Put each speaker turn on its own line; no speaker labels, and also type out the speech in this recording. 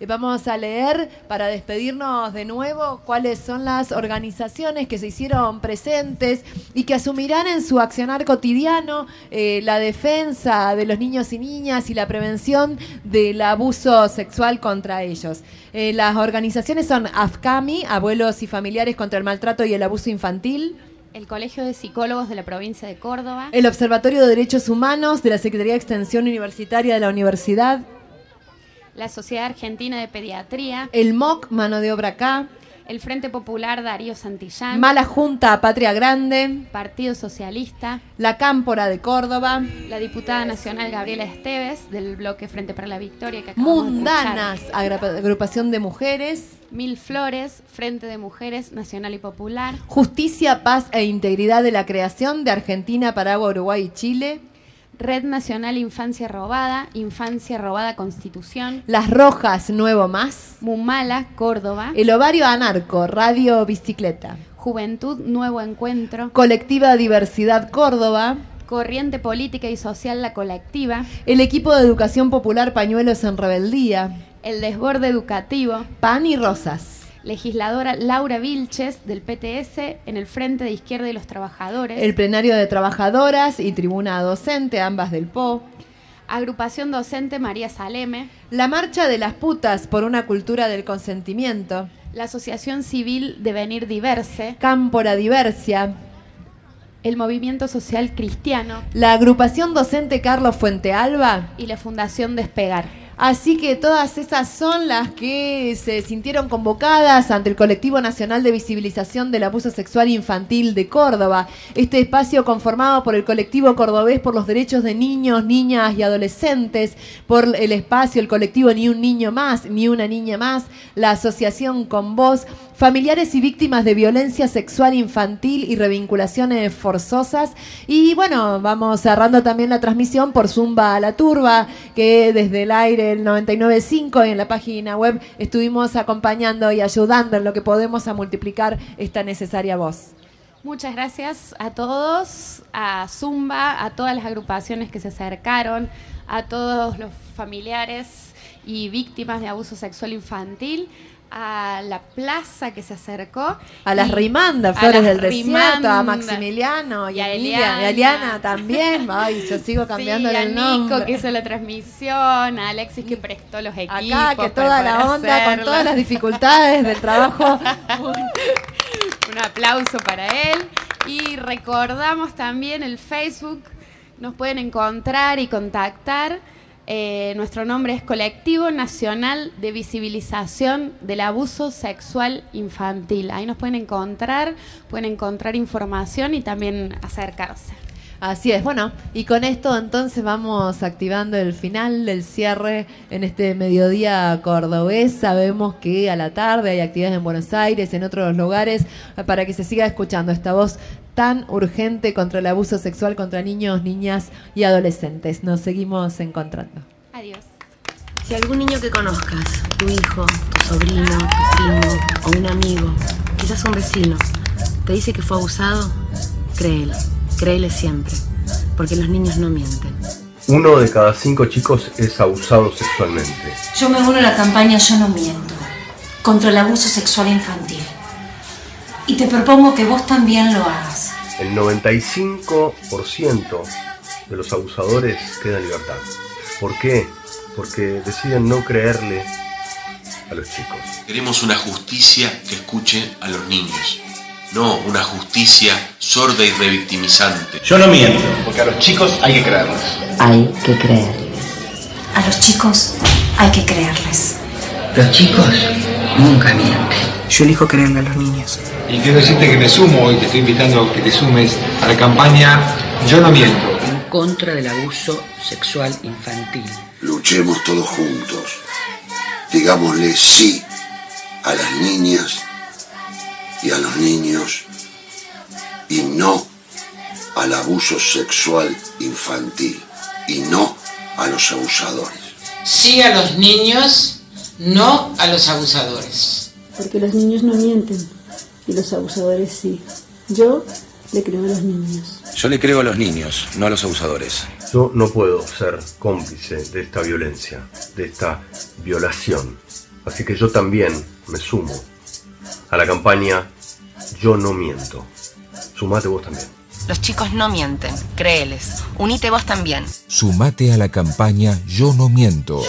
Eh, Vamos a leer para despedirnos de nuevo cuáles son las organizaciones que se hicieron presentes y que asumirán en su accionar cotidiano eh, la defensa de los niños y niñas y la prevención del abuso sexual contra ellos. Eh, las organizaciones son AFCAMI, Abuelos y Familiares contra el Maltrato y el Abuso Infantil.
El Colegio de Psicólogos de la provincia de Córdoba,
El Observatorio de Derechos Humanos de la Secretaría de Extensión Universitaria de la Universidad,
la Sociedad Argentina de Pediatría,
el MOC, Mano de Obra K,
el Frente Popular Darío Santillán,
Mala Junta Patria Grande,
Partido Socialista,
La Cámpora de Córdoba,
la diputada nacional Gabriela Esteves del bloque Frente para la Victoria que acabamos de
Mundanas, agra- Agrupación de Mujeres,
escuchar. Mil Flores, Frente de Mujeres Nacional y Popular,
Justicia, Paz e Integridad de la Creación de Argentina, Paraguay, Uruguay y Chile,
Red Nacional Infancia Robada, Infancia Robada Constitución,
Las Rojas Nuevo Más,
Mumala, Córdoba,
El Ovario Anarco, Radio Bicicleta,
Juventud Nuevo Encuentro,
Colectiva Diversidad Córdoba,
Corriente Política y Social La Colectiva,
el equipo de Educación Popular Pañuelos en Rebeldía,
El Desborde Educativo,
Pan y Rosas,
legisladora Laura Vilches del PTS en el Frente de Izquierda y los Trabajadores,
el Plenario de Trabajadoras y Tribuna Docente, ambas del PO,
Agrupación Docente María Saleme,
la Marcha de las Putas por una Cultura del Consentimiento,
la Asociación Civil Devenir Diverse,
Cámpora Diversia,
el Movimiento Social Cristiano
la Agrupación Docente Carlos Fuentealba,
y la Fundación Despegar.
Así que todas esas son las que se sintieron convocadas ante el Colectivo Nacional de Visibilización del Abuso Sexual Infantil de Córdoba. Este espacio conformado por el Colectivo Cordobés por los Derechos de Niños, Niñas y Adolescentes, por el espacio, el colectivo Ni un Niño Más, Ni una Niña Más, la Asociación Con Voz, familiares y víctimas de violencia sexual infantil y revinculaciones forzosas. Y bueno, vamos cerrando también la transmisión por Zumba a la Turba, que desde el aire el 99.5 y en la página web estuvimos acompañando y ayudando en lo que podemos a multiplicar esta necesaria voz.
Muchas gracias a todos, a Zumba, a todas las agrupaciones que se acercaron, a todos los familiares y víctimas de abuso sexual infantil, a la plaza que se acercó.
A las
y-
rimandas,
a
Flores
las
del Desierto, a
rimandas.
Maximiliano y,
Y a
a
Eliana.
Emilia, y a Eliana también. Ay, yo sigo cambiando
Sí, a
el
Nico
nombre.
que hizo la transmisión, a Alexis que prestó los equipos.
Acá, que
para
toda la
poder
onda, con
hacerlo.
todas las dificultades del trabajo.
Un aplauso para él. Y recordamos también el Facebook. Nos pueden encontrar y contactar. Eh, nuestro nombre es Colectivo Nacional de Visibilización del Abuso Sexual Infantil. Ahí nos pueden encontrar, pueden encontrar información y también acercarse.
Así es, bueno, y con esto entonces vamos activando el final del cierre en este mediodía cordobés. Sabemos que a la tarde hay actividades en Buenos Aires, en otros lugares, para que se siga escuchando esta voz tan urgente contra el abuso sexual contra niños, niñas y adolescentes. Nos seguimos encontrando.
Adiós.
Si algún niño que conozcas, tu hijo, tu sobrino, tu primo o un amigo, quizás un vecino, te dice que fue abusado, créelo, créele siempre, porque los niños no mienten.
Uno de cada cinco chicos es abusado sexualmente.
Yo me uno a la campaña Yo no miento contra el abuso sexual infantil. Y te propongo que vos también lo hagas.
El 95% de los abusadores queda en libertad. ¿Por qué? Porque deciden no creerle a los chicos.
Queremos una justicia que escuche a los niños, no una justicia sorda y revictimizante.
Yo no miento, porque a los chicos hay que creerlos.
Hay que creerle.
A los chicos hay que creerles.
Los chicos nunca mienten.
Yo elijo creerle a los niños.
Y quiero decirte que me sumo y te estoy invitando a que te sumes a la campaña Yo no miento.
En contra del abuso sexual infantil.
Luchemos todos juntos. Digámosle sí a las niñas y a los niños y no al abuso sexual infantil y no a los abusadores.
Sí a los niños, no a los abusadores.
Porque los niños no mienten y los abusadores sí. Yo le creo a los niños.
Yo le creo a los niños, no a los abusadores.
Yo no puedo ser cómplice de esta violencia, de esta violación Así que yo también me sumo a la campaña Yo no miento. Sumate vos también.
Los chicos no mienten, créeles. Unite vos también.
Sumate a la campaña Yo no miento.